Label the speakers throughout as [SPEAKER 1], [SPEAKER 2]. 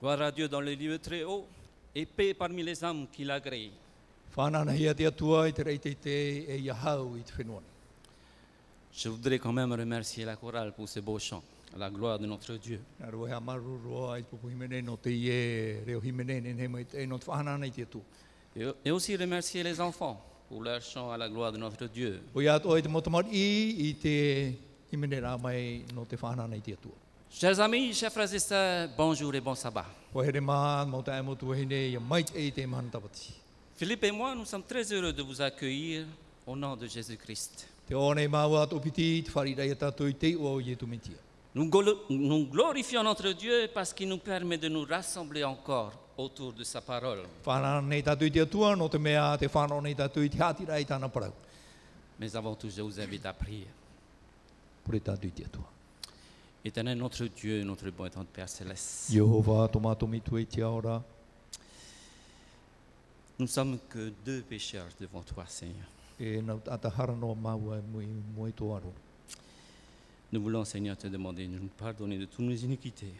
[SPEAKER 1] Gloire à Dieu dans les lieux très hauts et paix parmi les âmes qu'il a créées.
[SPEAKER 2] Whananahiati atua i te reiteite e ia hau i te whenua.
[SPEAKER 1] Je voudrais quand même remercier la chorale pour ce beau chant, à la gloire de notre Dieu.
[SPEAKER 2] Nā rohe a maruroa i te pupu himene no te ie reo himene nene mai te e no te whanana i te atua.
[SPEAKER 1] Et et aussi remercier les enfants pour leur chant à la gloire de notre Dieu.
[SPEAKER 2] O ia atua i te motamari i i te himene rā mai no te whanana i te atua.
[SPEAKER 1] Chers amis, chers frères et sœurs, bonjour et bon sabbat.
[SPEAKER 2] Ko here mā, mō te aemo tua hine ia mai te e i te mahanatapati.
[SPEAKER 1] Philippe et moi, nous sommes très heureux de vous accueillir au nom de Jésus-Christ.
[SPEAKER 2] Te onei māua tō piti, te wharirei a tātou i te ua o Ietu Metia.
[SPEAKER 1] Nous, golo- nous glorifions notre Dieu parce qu'il nous permet de nous rassembler encore autour de sa parole.
[SPEAKER 2] Whanana nei tātou i te atua, no te mea te whanau nei tātou i te hātira i tāna parau.
[SPEAKER 1] Mais avant tout, je vous invite à prier.
[SPEAKER 2] Pure tātou i te atua.
[SPEAKER 1] Éternel, notre Dieu, notre bon et tendre Père Céleste,
[SPEAKER 2] Yehova, tō mātomi tue i te aora.
[SPEAKER 1] nous sommes que deux pécheurs devant toi, Seigneur.
[SPEAKER 2] E nau atahara no māua e mui mui tō aro.
[SPEAKER 1] Nous voulons, Seigneur, te demander de nous pardonner de toutes nos iniquités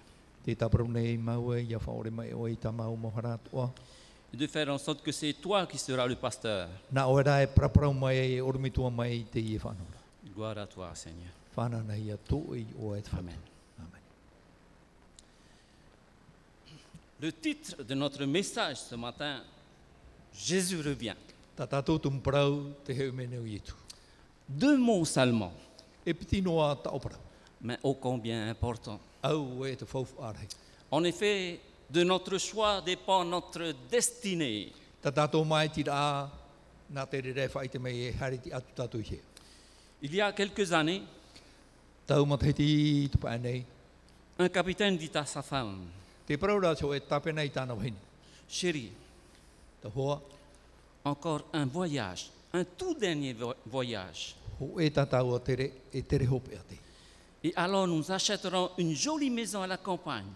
[SPEAKER 2] Te taparau nei māua ia whaore mai o i tā māu mohara toa.
[SPEAKER 1] et de faire en sorte que c'est toi qui seras le pasteur.
[SPEAKER 2] Nā oera e praparau mai e orumi tua mai i te ie whanora.
[SPEAKER 1] Gloire à toi, Seigneur.
[SPEAKER 2] Whanana ia tō i o e te whanau.
[SPEAKER 1] Amen.
[SPEAKER 2] Amen.
[SPEAKER 1] Le titre de notre message ce matin, Jésus revient.
[SPEAKER 2] Tā tātou tumparau te heu meneu i tu.
[SPEAKER 1] Deux mots seulement,
[SPEAKER 2] E piti noa ta oparau.
[SPEAKER 1] mais ô combien important.
[SPEAKER 2] Au e te faufu ārhei.
[SPEAKER 1] En effet, de notre choix dépend notre destinée.
[SPEAKER 2] Tā tātou mai ti rā nā te rere whai te mei e hari ti atu tātou i he.
[SPEAKER 1] Il y a quelques années,
[SPEAKER 2] Tau matahiti i tupa anei.
[SPEAKER 1] un capitaine dit à sa femme,
[SPEAKER 2] Te parau rā so e tapena i tāna wahine.
[SPEAKER 1] Chérie,
[SPEAKER 2] Te hoa,
[SPEAKER 1] encore un voyage, un tout dernier vo- voyage.
[SPEAKER 2] ho e tātou a tere, e tere hope a te.
[SPEAKER 1] Et alors nous achèterons une jolie maison à la campagne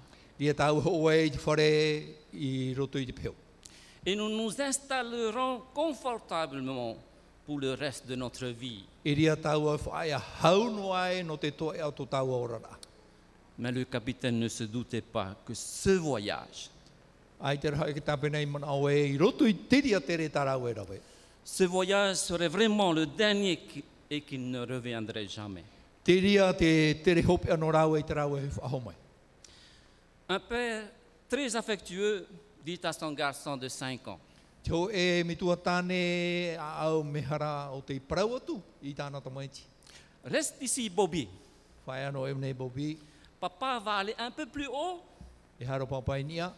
[SPEAKER 2] Ria tāu ho e i te whare i roto i te peo.
[SPEAKER 1] et nous nous installerons confortablement pour le reste de notre vie.
[SPEAKER 2] E ria tāu a whae a haunu ai no te toe au tō tāu ora rā.
[SPEAKER 1] Mais le capitaine ne se doutait pas que ce voyage,
[SPEAKER 2] Ai te raha e ki tāpena i mana o e i roto i te ria tere tarau e rawe.
[SPEAKER 1] ce voyage serait vraiment le dernier qui- et qu'il ne reviendrait jamais.
[SPEAKER 2] Te ria te tere hope anō rāwe i te rāwe he whaaho mai.
[SPEAKER 1] Un père très affectueux dit à son garçon de 5 ans,
[SPEAKER 2] Te ho e mitua tāne a au mehara o te parau atu i tāna tamaiti.
[SPEAKER 1] Reste ici, Bobby.
[SPEAKER 2] Whae anō e mnei bobi
[SPEAKER 1] Papa va aller un peu plus haut
[SPEAKER 2] e haro papai nia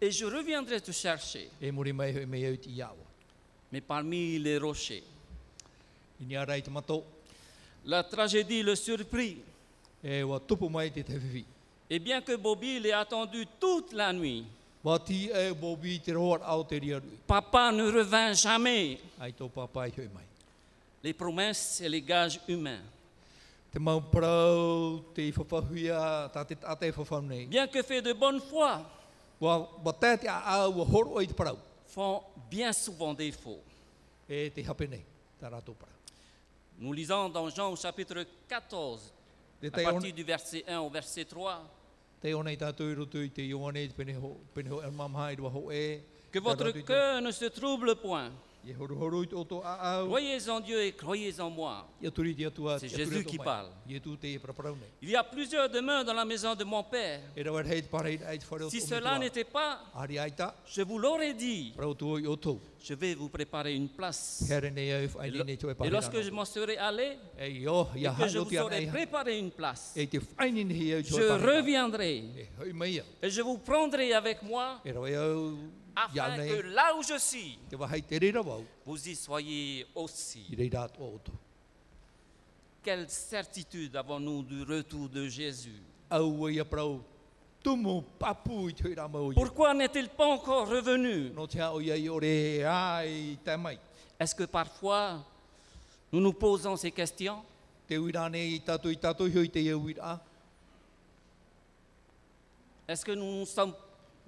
[SPEAKER 1] et je reviendrai te chercher.
[SPEAKER 2] e muri mai hoi mei au ti iawa.
[SPEAKER 1] Mais parmi les rochers,
[SPEAKER 2] I nia rai te mato
[SPEAKER 1] la tragédie le surprit.
[SPEAKER 2] e wa tupu mai te te whiwhi.
[SPEAKER 1] Et bien que Bobby l'ait attendu toute la nuit,
[SPEAKER 2] Wa ti e bobi te roar au te ria rui.
[SPEAKER 1] papa ne revint jamais.
[SPEAKER 2] Ai tō papai hoi mai.
[SPEAKER 1] Les promesses et les gages humains,
[SPEAKER 2] Te mau parau, te whapahuia, tā te tate whawhau nei.
[SPEAKER 1] bien que faits de bonne foi,
[SPEAKER 2] Wa, wa tāte a au wa horo i te parau
[SPEAKER 1] font bien souvent défaut.
[SPEAKER 2] e te hape nei. Tā rātou parau.
[SPEAKER 1] Nous lisons dans Jean au chapitre 14,
[SPEAKER 2] Te
[SPEAKER 1] à
[SPEAKER 2] tei on-
[SPEAKER 1] partir du verset 1 au verset 3.
[SPEAKER 2] Te ona i tātou i roto i te ione i te peneho, peneho e mamaha i rua ho e.
[SPEAKER 1] Que votre
[SPEAKER 2] Te rātou i te-
[SPEAKER 1] cœur ne se trouble point.
[SPEAKER 2] Ie horu horu i tō tō a au.
[SPEAKER 1] Croyez en Dieu et croyez en moi.
[SPEAKER 2] Ia turi te atua.
[SPEAKER 1] C'est
[SPEAKER 2] ia turi
[SPEAKER 1] Jésus
[SPEAKER 2] atua
[SPEAKER 1] qui
[SPEAKER 2] mai.
[SPEAKER 1] parle.
[SPEAKER 2] Ia tu te praparau nei.
[SPEAKER 1] Il y a plusieurs demeures dans la maison de mon Père.
[SPEAKER 2] E rawa rei te parei ai te whare o
[SPEAKER 1] Si
[SPEAKER 2] tō
[SPEAKER 1] cela
[SPEAKER 2] mitua.
[SPEAKER 1] n'était pas,
[SPEAKER 2] Ari ai tā,
[SPEAKER 1] je vous l'aurais dit.
[SPEAKER 2] parau tō i o tō.
[SPEAKER 1] Je vais vous préparer une place.
[SPEAKER 2] Here nei au ai
[SPEAKER 1] Et,
[SPEAKER 2] nei nei tō e
[SPEAKER 1] lo- et
[SPEAKER 2] parei
[SPEAKER 1] lorsque
[SPEAKER 2] rāna.
[SPEAKER 1] je m'en serai allé,
[SPEAKER 2] E i o,
[SPEAKER 1] et
[SPEAKER 2] ia
[SPEAKER 1] que je
[SPEAKER 2] hano
[SPEAKER 1] vous
[SPEAKER 2] te ana
[SPEAKER 1] aurai
[SPEAKER 2] i hano.
[SPEAKER 1] préparé une place,
[SPEAKER 2] E te whai nei nei au i tō
[SPEAKER 1] je
[SPEAKER 2] e parei rāna.
[SPEAKER 1] reviendrai
[SPEAKER 2] E hoi mai ia.
[SPEAKER 1] et je vous prendrai avec moi
[SPEAKER 2] E rawa i au ia
[SPEAKER 1] afin que
[SPEAKER 2] nei.
[SPEAKER 1] là où je suis,
[SPEAKER 2] Te wahai te rira wau
[SPEAKER 1] vous y soyez aussi.
[SPEAKER 2] i rei rā tō o tō.
[SPEAKER 1] Quelle certitude avons-nous du retour de Jésus
[SPEAKER 2] Au e ia parau tumu papu i tō i rā mau i.
[SPEAKER 1] Pourquoi n'est-il pas encore revenu
[SPEAKER 2] No te ao ia i ore ai te mai.
[SPEAKER 1] Est-ce que parfois nous nous posons ces questions
[SPEAKER 2] Te uira nei i tātou i tātou hioi te ia uira.
[SPEAKER 1] Est-ce que nous ne nous sommes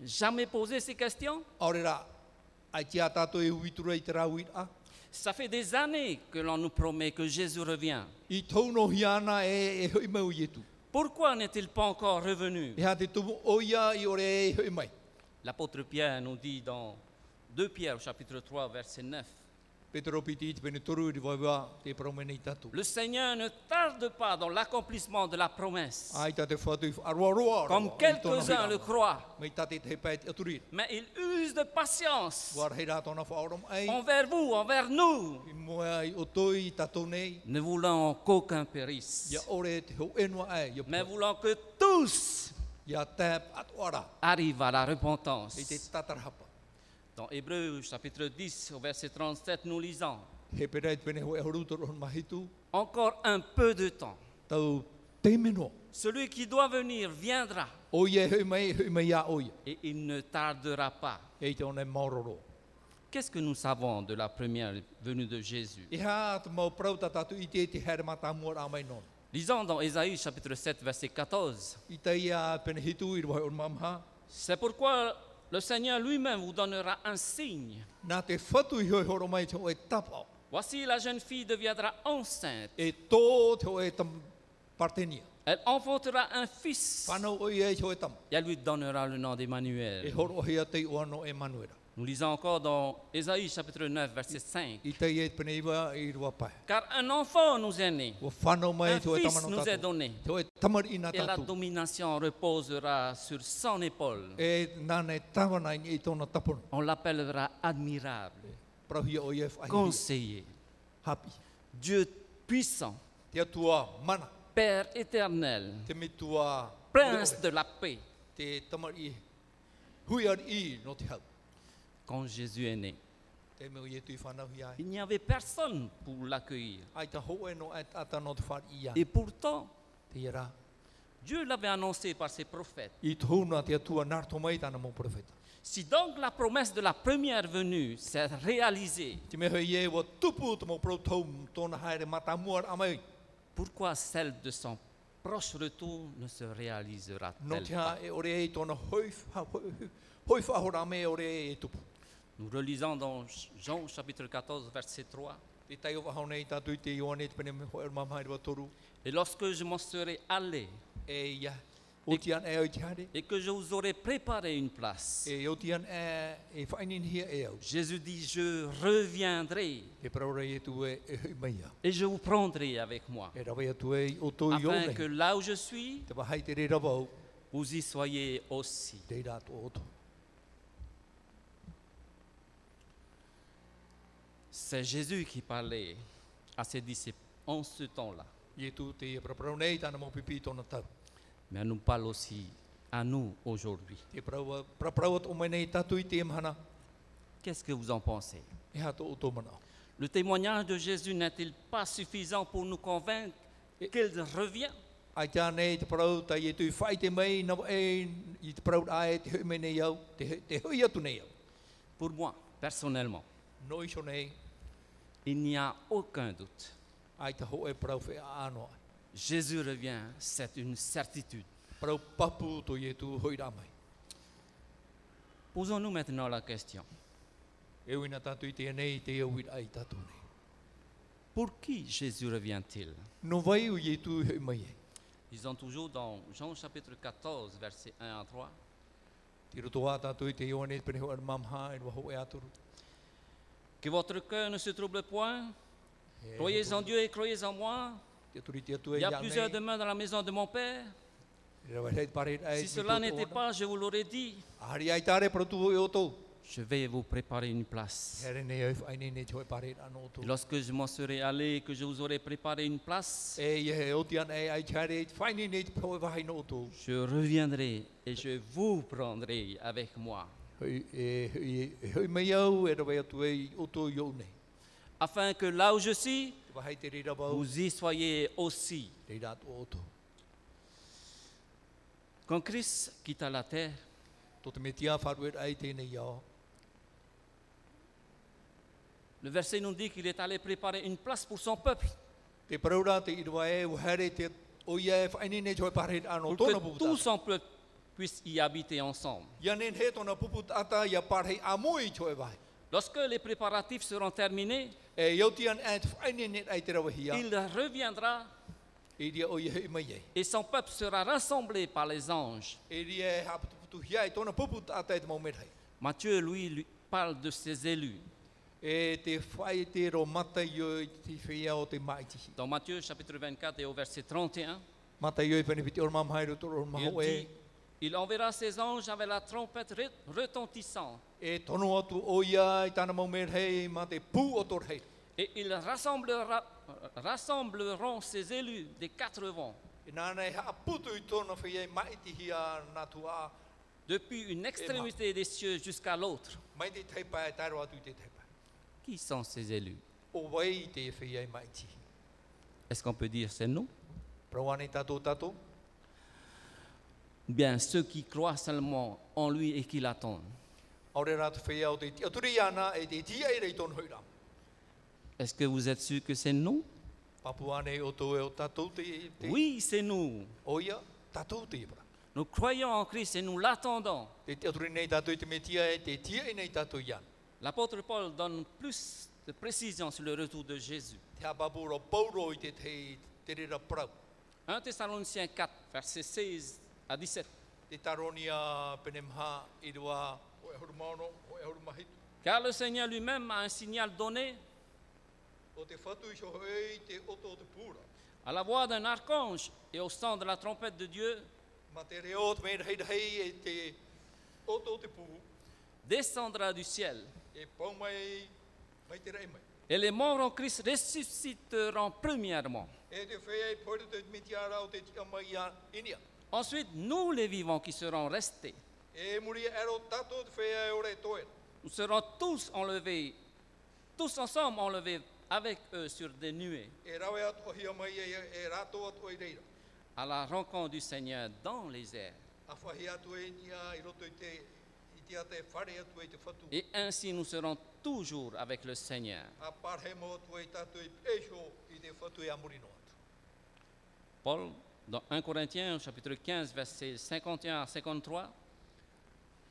[SPEAKER 1] jamais posé ces questions
[SPEAKER 2] Aore rā, ai tia tātou e uitura i te rā uira.
[SPEAKER 1] Ça fait des années que l'on nous promet que Jésus revient.
[SPEAKER 2] I tauno hiana e, e hoi mau i etu.
[SPEAKER 1] Pourquoi n'est-il pas encore revenu
[SPEAKER 2] E hā te tumu o ia i ore e hoi mai.
[SPEAKER 1] L'apôtre Pierre nous dit dans 2 Pierre au chapitre 3 verset 9,
[SPEAKER 2] Petru pitit pentru tururi voi avea te promenit tatu.
[SPEAKER 1] Le Seigneur ne tarde pas dans l'accomplissement de la promesse,
[SPEAKER 2] Ai tate fătui arua rua.
[SPEAKER 1] comme quelques-uns le croient,
[SPEAKER 2] Mai tate te pet aturit.
[SPEAKER 1] mais il use de patience
[SPEAKER 2] War hera tona faurum ai.
[SPEAKER 1] envers vous, envers nous,
[SPEAKER 2] Moi otoi tatonei.
[SPEAKER 1] ne voulant qu'aucun périsse,
[SPEAKER 2] Ya ore te ho enwa ai. Ya
[SPEAKER 1] mais voulant que tous
[SPEAKER 2] ya tap at ora.
[SPEAKER 1] arrivent à la repentance.
[SPEAKER 2] Ei te tatar hapa.
[SPEAKER 1] Dans Hébreux chapitre 10 au verset 37, nous lisons,
[SPEAKER 2] He pereit pene e ho erutur on mahitu.
[SPEAKER 1] Encore un peu de temps,
[SPEAKER 2] Tau temeno.
[SPEAKER 1] celui qui doit venir viendra
[SPEAKER 2] Oye hei e mai hei mai ya oye.
[SPEAKER 1] et il ne tardera pas.
[SPEAKER 2] Ei te one mororo.
[SPEAKER 1] Qu'est-ce que nous savons de la première venue de Jésus
[SPEAKER 2] Iha E te mau prau tatatu ite te hermata muor amai non.
[SPEAKER 1] Lisons dans Ésaïe chapitre 7 verset 14.
[SPEAKER 2] Ita ia pene hitu irwa on mamha.
[SPEAKER 1] C'est pourquoi le Seigneur lui-même vous donnera un signe.
[SPEAKER 2] Nā te whatu i hoi horo mai te oe tapau.
[SPEAKER 1] Voici la jeune fille deviendra enceinte.
[SPEAKER 2] E tō te oe tam partenia.
[SPEAKER 1] Elle enfantera un fils
[SPEAKER 2] Whanau oi e te oe tam.
[SPEAKER 1] et elle lui donnera le nom
[SPEAKER 2] E
[SPEAKER 1] d'Emmanuel.
[SPEAKER 2] horo hea te oano e manuera.
[SPEAKER 1] Nous lisons encore dans Ésaïe chapitre 9 verset 5.
[SPEAKER 2] I te e pene iwa i rua pai.
[SPEAKER 1] Car un enfant nous est né,
[SPEAKER 2] Wa whanau mai
[SPEAKER 1] un
[SPEAKER 2] te oe
[SPEAKER 1] fils
[SPEAKER 2] tamano
[SPEAKER 1] nous est
[SPEAKER 2] tatu.
[SPEAKER 1] donné,
[SPEAKER 2] Te oe tamar ina
[SPEAKER 1] et la
[SPEAKER 2] tatu.
[SPEAKER 1] domination reposera sur son épaule.
[SPEAKER 2] E nāne tāwana i e tōna tapono.
[SPEAKER 1] On l'appellera admirable,
[SPEAKER 2] Prahia oi e whai hia.
[SPEAKER 1] conseiller,
[SPEAKER 2] Hapi.
[SPEAKER 1] Dieu puissant,
[SPEAKER 2] Te atua mana.
[SPEAKER 1] Père éternel,
[SPEAKER 2] Te mitua.
[SPEAKER 1] Prince de la paix.
[SPEAKER 2] Te tamar i. Hui ar i no te hau.
[SPEAKER 1] Quand Jésus est né,
[SPEAKER 2] Te me oi e tui whanau hi ai.
[SPEAKER 1] il n'y avait personne pour l'accueillir.
[SPEAKER 2] Ai ta hoe no e atano te whar i ai.
[SPEAKER 1] Et pourtant,
[SPEAKER 2] Te ia rā.
[SPEAKER 1] Dieu l'avait annoncé par ses prophètes.
[SPEAKER 2] I tōna te atua nārto mai tāna mō profeta.
[SPEAKER 1] Si donc la promesse de la première venue s'est réalisée,
[SPEAKER 2] Te me hei e wa tupu te mō proutau tōna haere matamuar amai.
[SPEAKER 1] pourquoi celle de son proche retour ne se
[SPEAKER 2] No
[SPEAKER 1] réalisera-t-elle
[SPEAKER 2] te
[SPEAKER 1] pas
[SPEAKER 2] ha e ore e tōna hoi wha- hoi- hoi whahora me ore e tupu.
[SPEAKER 1] Nous relisons dans Jean chapitre 14, verset 3.
[SPEAKER 2] Te tai o wahau nei tātui te Ioane te pene me hoi rama mai rua toru.
[SPEAKER 1] Et lorsque je m'en serai allé
[SPEAKER 2] E ia. O te an e oi te hare.
[SPEAKER 1] et que je vous aurai préparé une place,
[SPEAKER 2] E o te an e e whainin hia e au.
[SPEAKER 1] Jésus dit, je reviendrai
[SPEAKER 2] E praura e tu e e hui mai a.
[SPEAKER 1] et je vous prendrai avec moi,
[SPEAKER 2] E rawe atu e o tō
[SPEAKER 1] afin que
[SPEAKER 2] Ioane.
[SPEAKER 1] là où je suis,
[SPEAKER 2] Te wahai te re rawa au.
[SPEAKER 1] vous y soyez aussi.
[SPEAKER 2] Te rā tō oto.
[SPEAKER 1] C'est Jésus qui parlait à ses disciples en ce temps-là,
[SPEAKER 2] E tu te e praprau nei tāna mō pipi tōna tau.
[SPEAKER 1] mais elle nous parle aussi à nous aujourd'hui.
[SPEAKER 2] Te praua, praprauat o mai nei tātui te emhana.
[SPEAKER 1] Qu'est-ce que vous en pensez
[SPEAKER 2] E hato o tō manao.
[SPEAKER 1] Le témoignage de Jésus n'est-il pas suffisant pour nous convaincre qu'il revient
[SPEAKER 2] Ai tā nei te parau, tai e tui whai te mai, na e, i te parau ai te hui mai nei au, te, hu- te hui atu nei au.
[SPEAKER 1] Pour moi, personnellement,
[SPEAKER 2] No iso nei,
[SPEAKER 1] il n'y a aucun doute.
[SPEAKER 2] ai te ho e parau whea anō ai.
[SPEAKER 1] Jésus revient, c'est une certitude.
[SPEAKER 2] Parau papu tō i e tu hui rā mai.
[SPEAKER 1] Posons-nous maintenant la question.
[SPEAKER 2] E wina tātui te nei, te e hui ai tātū nei.
[SPEAKER 1] Pour qui Jésus revient-il
[SPEAKER 2] No vai u i e tu hui mai e.
[SPEAKER 1] Lisons toujours dans Jean chapitre 14, versets 1 à 3.
[SPEAKER 2] Te rotoa tātui te ione, pene ho ar mamha, e rwa ho e aturu.
[SPEAKER 1] Que votre cœur ne se trouble point.
[SPEAKER 2] E
[SPEAKER 1] Croyez en Dieu et croyez en moi.
[SPEAKER 2] Te aturi te atu
[SPEAKER 1] Il
[SPEAKER 2] e
[SPEAKER 1] y a
[SPEAKER 2] ia
[SPEAKER 1] plusieurs
[SPEAKER 2] nei.
[SPEAKER 1] demeures dans la maison de mon Père.
[SPEAKER 2] E rwa rei pare ai.
[SPEAKER 1] Si cela n'était pas, je vous l'aurais dit.
[SPEAKER 2] Ahari ai tāre parau tu e o tō.
[SPEAKER 1] Je vais vous préparer une place.
[SPEAKER 2] Here nei au whai nei nei te hui pare anō
[SPEAKER 1] Et
[SPEAKER 2] tō.
[SPEAKER 1] Lorsque je m'en serai allé et que je vous aurai préparé une place,
[SPEAKER 2] E ie o tian e ai chare fine nei te poe vai no tu.
[SPEAKER 1] je reviendrai et je vous prendrai avec moi,
[SPEAKER 2] Hoi e hoi e- hoi mai au e rawe atu e o tu yo nei.
[SPEAKER 1] afin que là où je suis,
[SPEAKER 2] Te Wahai te rira bau
[SPEAKER 1] vous y soyez aussi.
[SPEAKER 2] rira tu o tu.
[SPEAKER 1] Quand Christ quitta la terre,
[SPEAKER 2] To te metia farwer ai te nei au.
[SPEAKER 1] le verset nous dit qu'il est allé préparer une place pour son peuple,
[SPEAKER 2] Te paraura te irwa e o hare te oh, o ia fine nei te pare
[SPEAKER 1] pour
[SPEAKER 2] anō to na
[SPEAKER 1] que tout
[SPEAKER 2] pupu.
[SPEAKER 1] son peuple puisse y habiter ensemble.
[SPEAKER 2] Ia nen he to na pupu ata ia pare amoi te vai.
[SPEAKER 1] Lorsque les préparatifs seront terminés,
[SPEAKER 2] E yo tian e fine nei ai te rawe hia.
[SPEAKER 1] il reviendra
[SPEAKER 2] E dia o ia hoi mai e.
[SPEAKER 1] et son peuple sera rassemblé par les anges.
[SPEAKER 2] E dia e hapu tu hiai tona pupu tātai te maumera hei.
[SPEAKER 1] Matthieu, lui, lui parle de ses élus.
[SPEAKER 2] E te whai te ro mata ioi te whia o te maitihi.
[SPEAKER 1] Dans Matthieu chapitre 24 et au verset 31,
[SPEAKER 2] Mata ioi penepiti ora mamhairo toro ora
[SPEAKER 1] il
[SPEAKER 2] maho
[SPEAKER 1] dit,
[SPEAKER 2] e.
[SPEAKER 1] il enverra ses anges avec la trompette re- retentissante
[SPEAKER 2] E tono atu o ia i tāna maumera hei ma te pū o tō hei.
[SPEAKER 1] et ils rassemblera- rassembleront ses élus des quatre vents
[SPEAKER 2] E nāna e haa putu i tōna whia i maitihi a nātu a
[SPEAKER 1] depuis une extrémité des cieux jusqu'à l'autre.
[SPEAKER 2] mai te teipai e tāro atu i te teipai.
[SPEAKER 1] Qui sont ces élus
[SPEAKER 2] O wai i te whia i maitihi.
[SPEAKER 1] Est-ce qu'on peut dire c'est nous
[SPEAKER 2] Prawane tātou tātou.
[SPEAKER 1] Bien, ceux qui croient seulement en lui et qui l'attendent.
[SPEAKER 2] Aore rātu whia o te tia. Aturi ana e te tia e rei tōna hoira.
[SPEAKER 1] Est-ce que vous êtes sûr que c'est nous
[SPEAKER 2] Papuane o tō e o tātou te, te
[SPEAKER 1] Oui, c'est nous.
[SPEAKER 2] o ia tātou te ipara.
[SPEAKER 1] Nous croyons en Christ et nous l'attendons.
[SPEAKER 2] Te te aturi nei tātou i te metia e te tia i nei tātou ian.
[SPEAKER 1] L'apôtre Paul donne plus de précisions sur le retour de Jésus.
[SPEAKER 2] Te hapapu ro pauro i te tei te rera parau.
[SPEAKER 1] 1 Thessaloniciens 4, versets 16 à 17.
[SPEAKER 2] Te taronia penemha i rua o e horu maono, o e horu mahitu.
[SPEAKER 1] Car le Seigneur lui-même a un signal donné
[SPEAKER 2] O te whatu i soho e te oto o te pūra.
[SPEAKER 1] à la voix d'un archange et au son de la trompette de Dieu.
[SPEAKER 2] Ma te reo te mei rei rei e te oto o te pū.
[SPEAKER 1] descendra du ciel.
[SPEAKER 2] E pau mai, mai te rei mai.
[SPEAKER 1] Et les morts en Christ ressusciteront premièrement.
[SPEAKER 2] E te whea i pōre te mitiara o te tia mai a inia.
[SPEAKER 1] Ensuite, nous les vivants qui serons restés,
[SPEAKER 2] E muri e ero tato te whea e ore e toera.
[SPEAKER 1] nous serons tous enlevés, tous ensemble enlevés avec eux sur des nuées
[SPEAKER 2] E rawe ato hia mai e, e rato ato i reira.
[SPEAKER 1] à la rencontre du Seigneur dans les airs.
[SPEAKER 2] A whahi atu e nia i roto i te i te ata e whare atu e te whatu.
[SPEAKER 1] Et ainsi, nous serons toujours avec le Seigneur.
[SPEAKER 2] A parhemo atu e tato i peisho i te whatu e amuri no atu.
[SPEAKER 1] Paul, dans 1 Corinthiens, au chapitre 15, versets 51 à 53,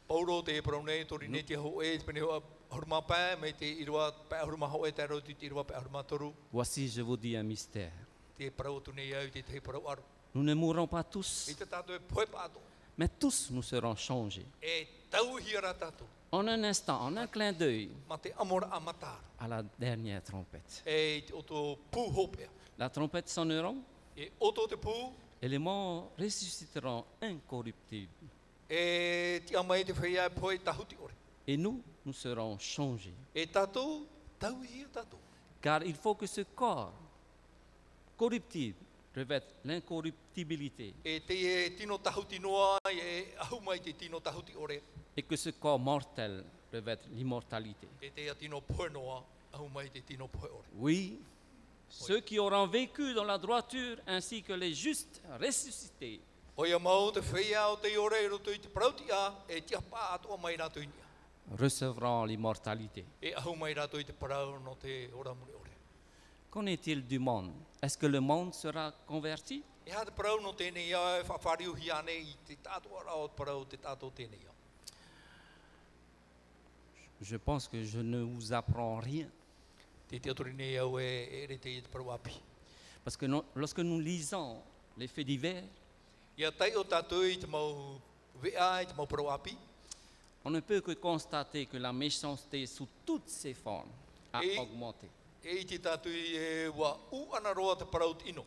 [SPEAKER 2] Pauro te e praunei tori ne te ho e te pene hoa horma pae me te irua pae horma ho e te rau te irua pae horma toru.
[SPEAKER 1] voici, je vous dis un mystère.
[SPEAKER 2] Te prau atu nei au te te prau aru.
[SPEAKER 1] Nous ne mourrons pas
[SPEAKER 2] I
[SPEAKER 1] tous,
[SPEAKER 2] te tato e poe pato.
[SPEAKER 1] mais tous nous serons changés.
[SPEAKER 2] E tau hia ra tato.
[SPEAKER 1] En un instant, en un clin d'œil,
[SPEAKER 2] Ma te amora a matara.
[SPEAKER 1] à la dernière trompette.
[SPEAKER 2] E te oto pū hopea.
[SPEAKER 1] La trompette sonnera
[SPEAKER 2] E oto te pū
[SPEAKER 1] et les morts ressusciteront incorruptibles.
[SPEAKER 2] e te amai te whaia e poe tahuti ore.
[SPEAKER 1] Et nous, nous serons changés.
[SPEAKER 2] E tatou, tau hia tatou.
[SPEAKER 1] Car il faut que ce corps corruptible revête l'incorruptibilité
[SPEAKER 2] E te e tino tahuti noa e ahu mai te tino tahuti ore.
[SPEAKER 1] et que ce corps mortel revête l'immortalité.
[SPEAKER 2] E te a tino poe noa ahu mai te tino poe ore.
[SPEAKER 1] Oui, ceux qui auront vécu dans la droiture ainsi que les justes ressuscités
[SPEAKER 2] Oia mau te whaia o te ore i roto i te prauti a e te apa atoa mai rato inia.
[SPEAKER 1] recevront l'immortalité.
[SPEAKER 2] E ahu mai rato i te parau no te ora muri ore.
[SPEAKER 1] Qu'en est-il du monde Est-ce que le monde sera converti
[SPEAKER 2] E ha te parau no tēnei au e whawhariu hi ane i te tātou ara o te parau te tātou tēnei au.
[SPEAKER 1] Je pense que je ne vous apprends rien.
[SPEAKER 2] Te te atori nei au e, e re te i te parau api.
[SPEAKER 1] Parce que non- lorsque nous lisons les faits divers,
[SPEAKER 2] Ia tai o tātou i te mau vea, i te mau parau api.
[SPEAKER 1] on ne peut que constater que la méchanceté sous toutes ses formes a
[SPEAKER 2] Et-
[SPEAKER 1] augmenté.
[SPEAKER 2] E i te tātou i e wā u ana roa te parau tino.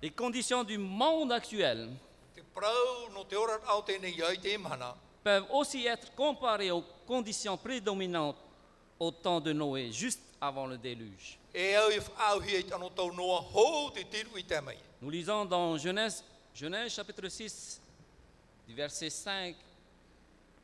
[SPEAKER 1] Les conditions du monde actuel
[SPEAKER 2] Te parau no te ora au tēnei au i te mana.
[SPEAKER 1] peuvent aussi être comparées aux conditions prédominantes au temps de Noé, juste avant le déluge.
[SPEAKER 2] E au i whaau hi e tano tau noa hou te tiru i te mai.
[SPEAKER 1] Nous lisons dans Genèse, Genèse chapitre 6, du verset 5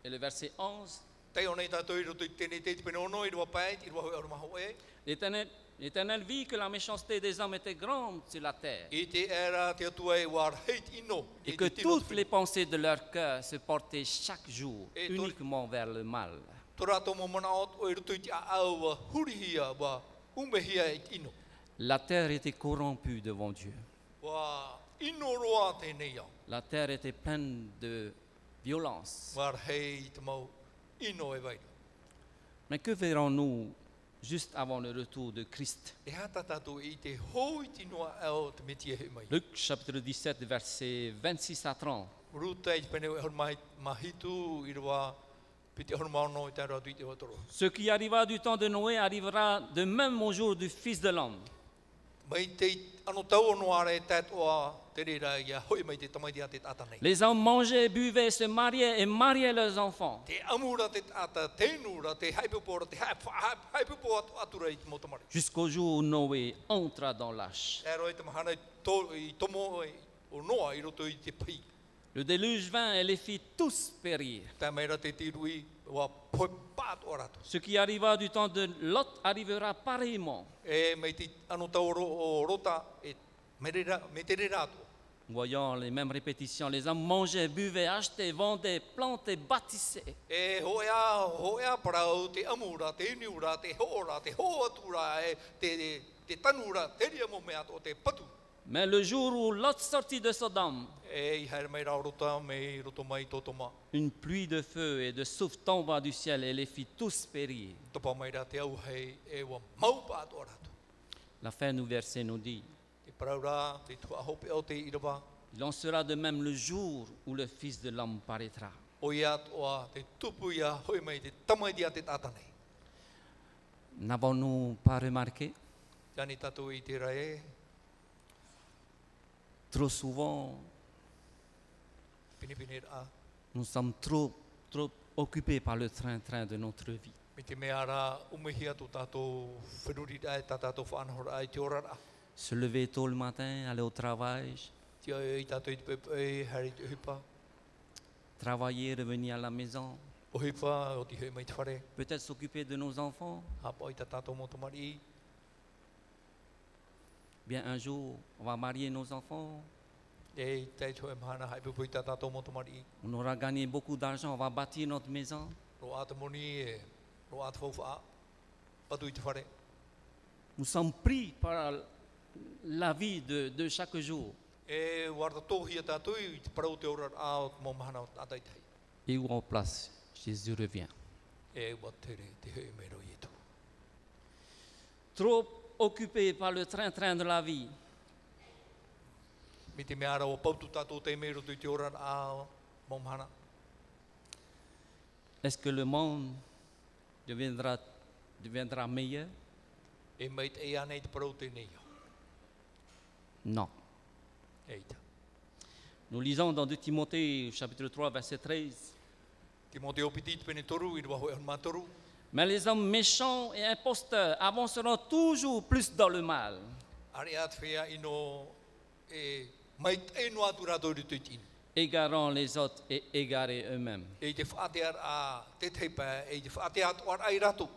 [SPEAKER 1] et le verset 11.
[SPEAKER 2] Tei o nei tātou i roto i tēnei te te penono i rua pai, i rua hoi e, aruma hoe.
[SPEAKER 1] L'Éternel l'Éternel vit que la méchanceté des hommes était grande sur la terre.
[SPEAKER 2] I te era te atua e wā reit ino.
[SPEAKER 1] et que toutes les pensées de leur cœur se portaient chaque jour
[SPEAKER 2] Et tout-
[SPEAKER 1] uniquement vers le mal.
[SPEAKER 2] Tora tō mō mana o o i roto i te a au wā hurihia wā umehia e ino.
[SPEAKER 1] La terre était corrompue devant Dieu.
[SPEAKER 2] Wā ino roa tēnei au.
[SPEAKER 1] La terre était pleine de violence.
[SPEAKER 2] Wā rei te mau ino e vairo.
[SPEAKER 1] Mais que verrons-nous juste avant le retour de Christ.
[SPEAKER 2] E hata tātou e te hoi tino a ao te meti e he mai.
[SPEAKER 1] Luc chapitre 17, versets 26 à 30.
[SPEAKER 2] Ruta i pene e horma mahitu i rua piti horma ono i tāra atu i te watoro.
[SPEAKER 1] Ce qui arriva du temps de Noé arrivera de même au jour du Fils de l'homme.
[SPEAKER 2] Mai te ano tau ono are e tēt oa te reira i a hoi mai te tamai te a te tata nei.
[SPEAKER 1] Les hommes mangeaient, buvaient, se mariaient et mariaient leurs enfants.
[SPEAKER 2] Te amura te tata, te nura, te haipupora, te haipupo atu atura i te motamari.
[SPEAKER 1] Jusqu'au jour où Noé entra dans l'arche.
[SPEAKER 2] Tāra i te mahana i tō- i tomo e o noa i roto i te pai.
[SPEAKER 1] Le déluge vint et les fit tous périr.
[SPEAKER 2] Tā meira te tirui wa poe pāt o ratu.
[SPEAKER 1] Ce qui arriva du temps de Lot arrivera pareillement.
[SPEAKER 2] E mei te ano tau ro, o rota e merera, me te rera atu.
[SPEAKER 1] Voyant les mêmes répétitions, les hommes mangeaient, buvaient, achetaient, vendaient, plantaient, bâtissaient.
[SPEAKER 2] E hoea, hoea parau te amura, te niura, te hoora, te hoatura, e te, te, te tanura, te ria mo mea o te patu.
[SPEAKER 1] Mais le jour où Lot sortit de Sodome,
[SPEAKER 2] E i haere mai rau rota, me i roto mai tō toma.
[SPEAKER 1] une pluie de feu et de souffle tomba du ciel et les fit tous périr.
[SPEAKER 2] Topa mai rā te au hei e wa mau pāt o ratu.
[SPEAKER 1] La fin du verset nous dit
[SPEAKER 2] Te parau rā, te tua hope o te irawa,
[SPEAKER 1] Il en sera de même le jour où le Fils de l'homme paraîtra.
[SPEAKER 2] o ia toa, te tupu ia hoi mai te tamai dia te tātanei.
[SPEAKER 1] N'avons-nous pas remarqué
[SPEAKER 2] Tani tatu i te rae,
[SPEAKER 1] Trop souvent,
[SPEAKER 2] pinipini rā,
[SPEAKER 1] nous sommes trop, trop occupés par le train-train de notre vie.
[SPEAKER 2] Me te mea rā umihi atu tātou whenuri rā e tā tātou whanahora ai te ora rā.
[SPEAKER 1] Se lever tôt le matin, aller au travail,
[SPEAKER 2] Te ai i tātou i te pepe e hari te hipa.
[SPEAKER 1] travailler, revenir à la maison,
[SPEAKER 2] O hipa o te hei mai te whare.
[SPEAKER 1] peut-être s'occuper de nos enfants.
[SPEAKER 2] Hapa i tā tātou mō tamari i.
[SPEAKER 1] Bien, un jour, on va marier nos enfants,
[SPEAKER 2] E i tei tō e mahana hai pupu i tā tātou mō tamari i.
[SPEAKER 1] on aura gagné beaucoup d'argent, on va bâtir notre maison.
[SPEAKER 2] Ro āta moni e ro āta whauwha a. Patu i te whare.
[SPEAKER 1] Nous sommes pris par la vie de, de chaque jour
[SPEAKER 2] E warta tōhi a tātou i te parau te ora rā o mō mahana o tātai tei.
[SPEAKER 1] et où en place Jésus revient.
[SPEAKER 2] E wa tere te hei mai roi e tō.
[SPEAKER 1] Trop occupés par le train-train de la vie,
[SPEAKER 2] Me te mea rā o pautu tātou te mei roto i te ora rā o mō mahana.
[SPEAKER 1] est-ce que le monde deviendra, deviendra meilleur
[SPEAKER 2] E mai te e anei te parau te nei au. E
[SPEAKER 1] Non.
[SPEAKER 2] Eita.
[SPEAKER 1] Nous lisons dans 2 Timothée chapitre 3 verset 13.
[SPEAKER 2] Timoteo piti te pene toru, i rua hoi anuma toru.
[SPEAKER 1] Mais les hommes méchants et imposteurs avanceront toujours plus dans le mal.
[SPEAKER 2] Ari at whea ino e mai te no atu rato i te tini.
[SPEAKER 1] égarant les autres et égarés eux-mêmes.
[SPEAKER 2] E te whaatear a te teipa, e te whaatear atu ar ai rato.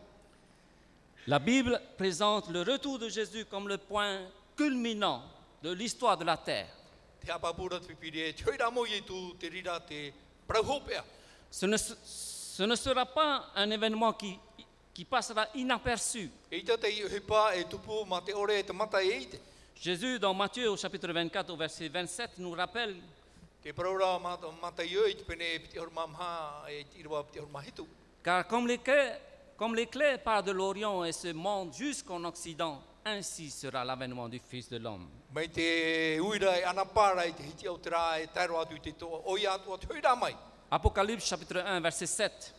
[SPEAKER 1] La Bible présente le retour de Jésus comme le point culminant de l'histoire de la terre.
[SPEAKER 2] Te apapura te pipire, te hoi ramo i tu te rira te prahopea.
[SPEAKER 1] Ce ne, se- ce ne sera pas un événement qui, qui passera inaperçu.
[SPEAKER 2] E te te i hipa e tupu ma te ore e te mata e ite.
[SPEAKER 1] Jésus, dans Matthieu au chapitre 24 au verset 27, nous rappelle
[SPEAKER 2] Te praura mata, mata i oi te pene e piti horma mha e te irua piti horma hitu.
[SPEAKER 1] Car comme l'éclair, comme l'éclair part de l'Orient et se monte jusqu'en Occident, ainsi sera l'avènement du Fils de l'homme.
[SPEAKER 2] Mai te uira e anapara i te hiti au te rā e tairo atu i te toa. Oi atu atu hoi ramai.
[SPEAKER 1] Apocalypse chapitre 1 verset 7.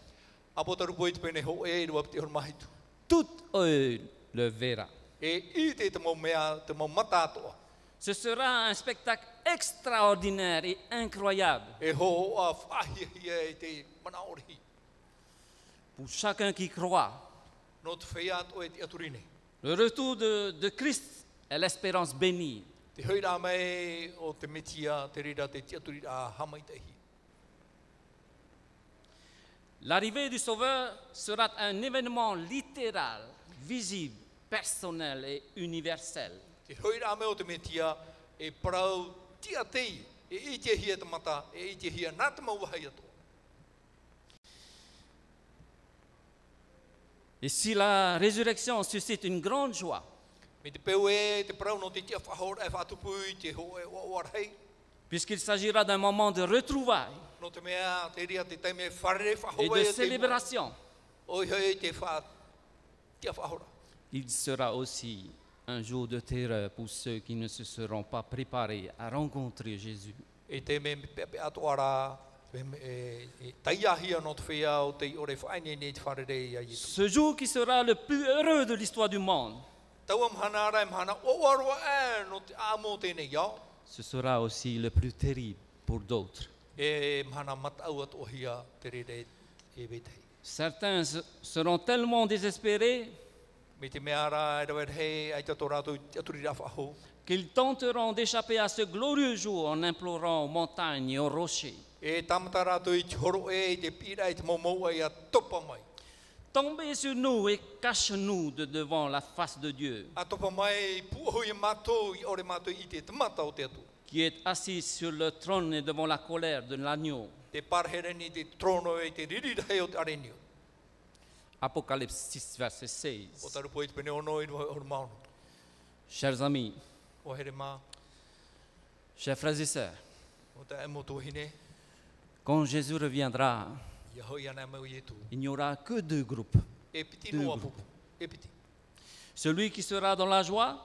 [SPEAKER 2] Apo taru poe te pene ho e rua piti horma hitu.
[SPEAKER 1] Toute œil le verra.
[SPEAKER 2] E i te te mau mea, te mau mata atoa.
[SPEAKER 1] Ce sera un spectacle extraordinaire et incroyable
[SPEAKER 2] E ho ho a whahia hia e te mana orihi.
[SPEAKER 1] pour chacun qui croit.
[SPEAKER 2] No te whea atoa e te aturine.
[SPEAKER 1] Le retour de, de Christ est l'espérance bénie.
[SPEAKER 2] Te hoi rā mai o te metia, te rira te te aturi a hamai te hi.
[SPEAKER 1] L'arrivée du Sauveur sera un événement littéral, visible, personnel et universel.
[SPEAKER 2] Te hoi rā mai o te metia e parau tia tei. E i te hia te mata, e i te hia nā te mau wahai atoa.
[SPEAKER 1] Et si la résurrection suscite une grande joie,
[SPEAKER 2] Me te peu e, te parau no te tia whahora e whatupu i te ho e o warhei.
[SPEAKER 1] puisqu'il s'agira d'un moment de retrouvailles
[SPEAKER 2] No te mea, te ria te taime whare
[SPEAKER 1] et
[SPEAKER 2] whahoe
[SPEAKER 1] de
[SPEAKER 2] e te mua.
[SPEAKER 1] célébration,
[SPEAKER 2] Oi hoi te wha, tia whahora.
[SPEAKER 1] Il sera aussi un jour de terreur pour ceux qui ne se seront pas préparés à rencontrer Jésus.
[SPEAKER 2] E te me pe pe atu ara, me me- e e taiahi anō te whea o te ore whaine nei te wharere ia i tu.
[SPEAKER 1] Ce jour qui sera le plus heureux de l'histoire du monde,
[SPEAKER 2] Tau am hana ara am hana o aroa e no te amo tēnei iau.
[SPEAKER 1] ce sera aussi le plus terrible pour d'autres.
[SPEAKER 2] E mhana matau atu ohia te rere e wetei.
[SPEAKER 1] Certains se- seront tellement désespérés
[SPEAKER 2] Me te mea ara e rawet hei ai tato rātou i aturi rafa hou.
[SPEAKER 1] qu'ils tenteront d'échapper à ce glorieux jour en implorant aux montagnes et aux rochers.
[SPEAKER 2] E tamata rātou i tihoro e i te pira i te momoua i a topa mai.
[SPEAKER 1] Tombez sur nous et cache-nous de devant la face de Dieu,
[SPEAKER 2] A topa mai i puohu i mātou i ore mātou i te tamata o te atu.
[SPEAKER 1] qui est assis sur le trône et devant la colère de l'agneau.
[SPEAKER 2] Te parhere ni te trono e te ririrahei o te arenio.
[SPEAKER 1] Apocalypse 6, verset 16.
[SPEAKER 2] O tarupo i te pene ono i rua o maono.
[SPEAKER 1] Chers amis,
[SPEAKER 2] O here mā,
[SPEAKER 1] chers frères et sœurs,
[SPEAKER 2] o te emo tōhine,
[SPEAKER 1] quand Jésus reviendra,
[SPEAKER 2] i hoi ana mau i e tū.
[SPEAKER 1] il n'y aura que deux groupes.
[SPEAKER 2] E piti
[SPEAKER 1] Tūru.
[SPEAKER 2] noa pupu, e piti.
[SPEAKER 1] Celui qui sera dans la joie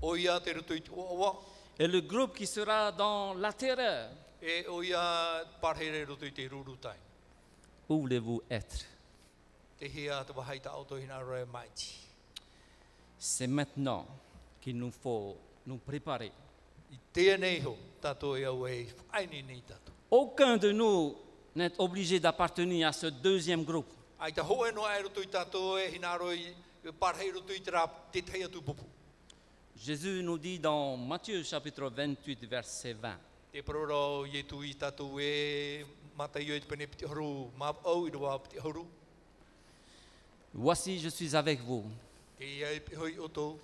[SPEAKER 2] O ia te rutu i tū awa,
[SPEAKER 1] et le groupe qui sera dans la terreur.
[SPEAKER 2] e o ia parhere rutu i te ruru tai.
[SPEAKER 1] Où voulez-vous être
[SPEAKER 2] Te hea te wahai ta auto hina roe maiti.
[SPEAKER 1] C'est maintenant qu'il nous faut nous préparer.
[SPEAKER 2] I tēnei ho, tato e au e whaini nei tato.
[SPEAKER 1] Aucun de nous n'est obligé d'appartenir à ce deuxième groupe.
[SPEAKER 2] Ai ta hoa no ai rutu i tato e hina roe i e parhei rutu i te rā te tei atu pupu.
[SPEAKER 1] Jésus nous dit dans Matthieu chapitre 28, verset 20,
[SPEAKER 2] Te parora o ietu i tato e mata i o i te pene piti horu, ma au i roa piti horu.
[SPEAKER 1] Voici, je suis avec vous
[SPEAKER 2] Te ia e pe hoi o tō,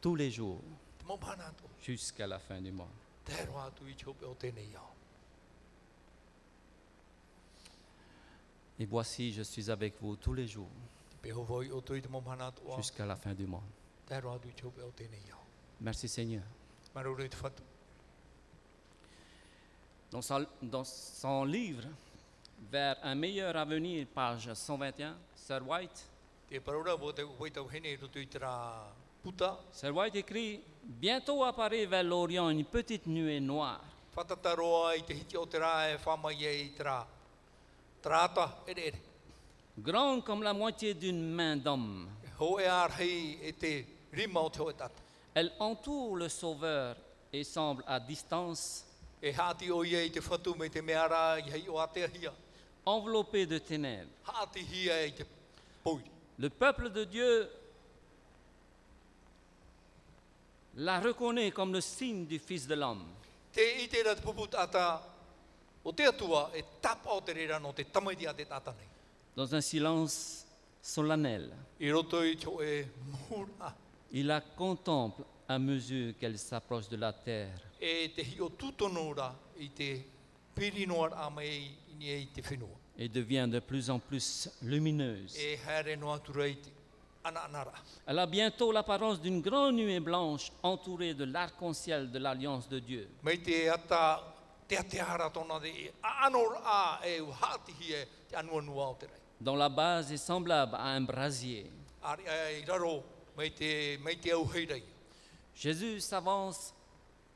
[SPEAKER 1] tous les jours
[SPEAKER 2] te mau mana atu.
[SPEAKER 1] jusqu'à la fin du monde.
[SPEAKER 2] Te roa atu i chope o tēnei au.
[SPEAKER 1] Et voici, je suis avec vous tous les jours
[SPEAKER 2] Te pe ho voi o tō i te mau mana atu o,
[SPEAKER 1] jusqu'à la fin du monde.
[SPEAKER 2] te roa atu i chope o tēnei au.
[SPEAKER 1] Merci Seigneur.
[SPEAKER 2] Maruru i te whatu.
[SPEAKER 1] Dans son, dans son livre Vers un meilleur avenir, page 121, Sir White,
[SPEAKER 2] Te e parora o te hoi tau hene rutu i te rā puta,
[SPEAKER 1] Sir White écrit Bientôt apparaît vers l'Orient une petite nuée noire
[SPEAKER 2] Whatataroa i te hiti o te rā e whamai e i te rā. Trāta, ere ere.
[SPEAKER 1] grande comme la moitié d'une main d'homme.
[SPEAKER 2] Ho e arhei e te rima o te hoe tata.
[SPEAKER 1] Elle entoure le Sauveur et semble à distance,
[SPEAKER 2] E hāti o ia i te whatu me te meara i hei o Ateahia.
[SPEAKER 1] enveloppée de ténèbres.
[SPEAKER 2] Hāti hia e te poiri.
[SPEAKER 1] Le peuple de Dieu la reconnaît comme le signe du Fils de l'homme.
[SPEAKER 2] Te i te rā te pupu tata, o te atua e tapa o te rera no te tamaiti a te tata nei.
[SPEAKER 1] Dans un silence solennel,
[SPEAKER 2] I roto i tō e mūra
[SPEAKER 1] il la contemple à mesure qu'elle s'approche de la terre.
[SPEAKER 2] e te hi o tūtonora i te pirinoa a mei i ni e i te whenua.
[SPEAKER 1] et devient de plus en plus lumineuse.
[SPEAKER 2] E haere no atura i te ana anara.
[SPEAKER 1] Elle a bientôt l'apparence d'une grande nuée blanche entourée de l'arc-en-ciel de l'alliance de Dieu.
[SPEAKER 2] Mei te ata te atehara tōna te e anor a e u hātihi e te anua nua o te rei.
[SPEAKER 1] dont la base est semblable à un brasier.
[SPEAKER 2] Ari ai i raro, mei te, mei te au heirei.
[SPEAKER 1] Jésus s'avance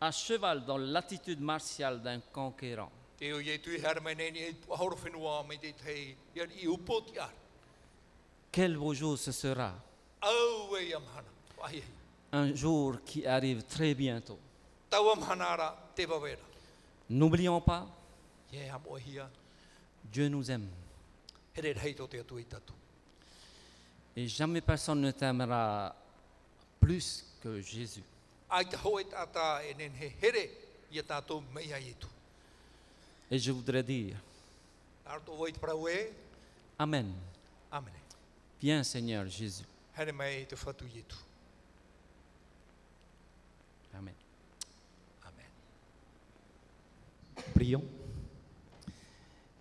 [SPEAKER 1] à cheval dans l'attitude martiale d'un conquérant.
[SPEAKER 2] Te o iei tui hara mei neni e ahoro whenua mei te tei iar i upoti ar.
[SPEAKER 1] Quel beau jour ce sera,
[SPEAKER 2] Au e amhana, ahi hei.
[SPEAKER 1] un jour qui arrive très bientôt.
[SPEAKER 2] Tau amhana ara te wawera.
[SPEAKER 1] N'oublions pas,
[SPEAKER 2] Ie ham o hia,
[SPEAKER 1] Dieu nous aime
[SPEAKER 2] here rei tō te atu i tatu.
[SPEAKER 1] et jamais personne ne t'aimera plus que Jésus.
[SPEAKER 2] Ai te hoi tata e nen he here i a tātou e mei ai etu.
[SPEAKER 1] Et je voudrais dire,
[SPEAKER 2] Nāra tō voi te parau e,
[SPEAKER 1] Amen.
[SPEAKER 2] amene.
[SPEAKER 1] Viens Seigneur Jésus.
[SPEAKER 2] Here mei te whatu i e etu.
[SPEAKER 1] Amen.
[SPEAKER 2] Amen.
[SPEAKER 1] Prions.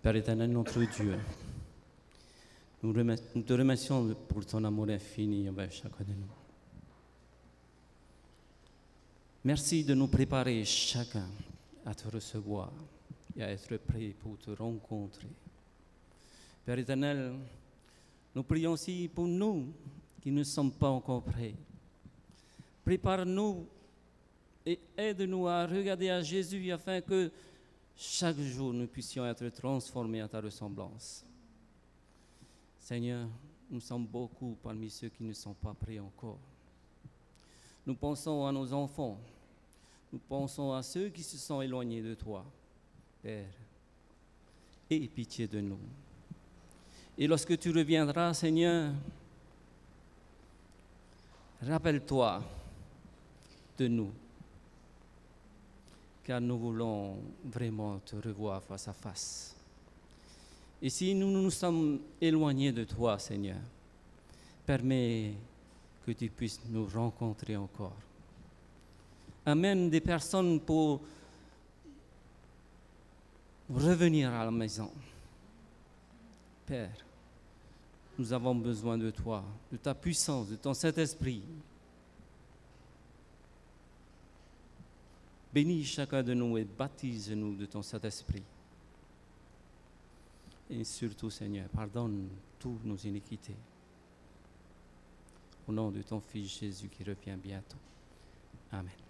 [SPEAKER 1] Père éternel, notre Dieu, nous, remer- nous te remercions pour ton amour infini envers chacun de nous. Merci de nous préparer chacun à te recevoir et à être prêt pour te rencontrer. Père éternel, nous prions aussi pour nous qui ne sont pas encore prêts. Prépare-nous et aide-nous à regarder à Jésus afin que chaque jour nous puissions être transformés à ta ressemblance. Seigneur, nous sommes beaucoup parmi ceux qui ne sont pas prêts encore. Nous pensons à nos enfants. Nous pensons à ceux qui se sont éloignés de toi, Père. Aie pitié de nous. Et lorsque tu reviendras, Seigneur, rappelle-toi de nous, car nous voulons vraiment te revoir face à face. Et si nous nous sommes éloignés de toi, Seigneur, permets que tu puisses nous rencontrer encore. Amène des personnes pour revenir à la maison. Père, nous avons besoin de toi, de ta puissance, de ton Saint-Esprit. Bénis chacun de nous et baptise-nous de ton Saint-Esprit. Et surtout, Seigneur, pardonne toutes nos iniquités. Au nom de ton Fils Jésus qui revient bientôt. Amen.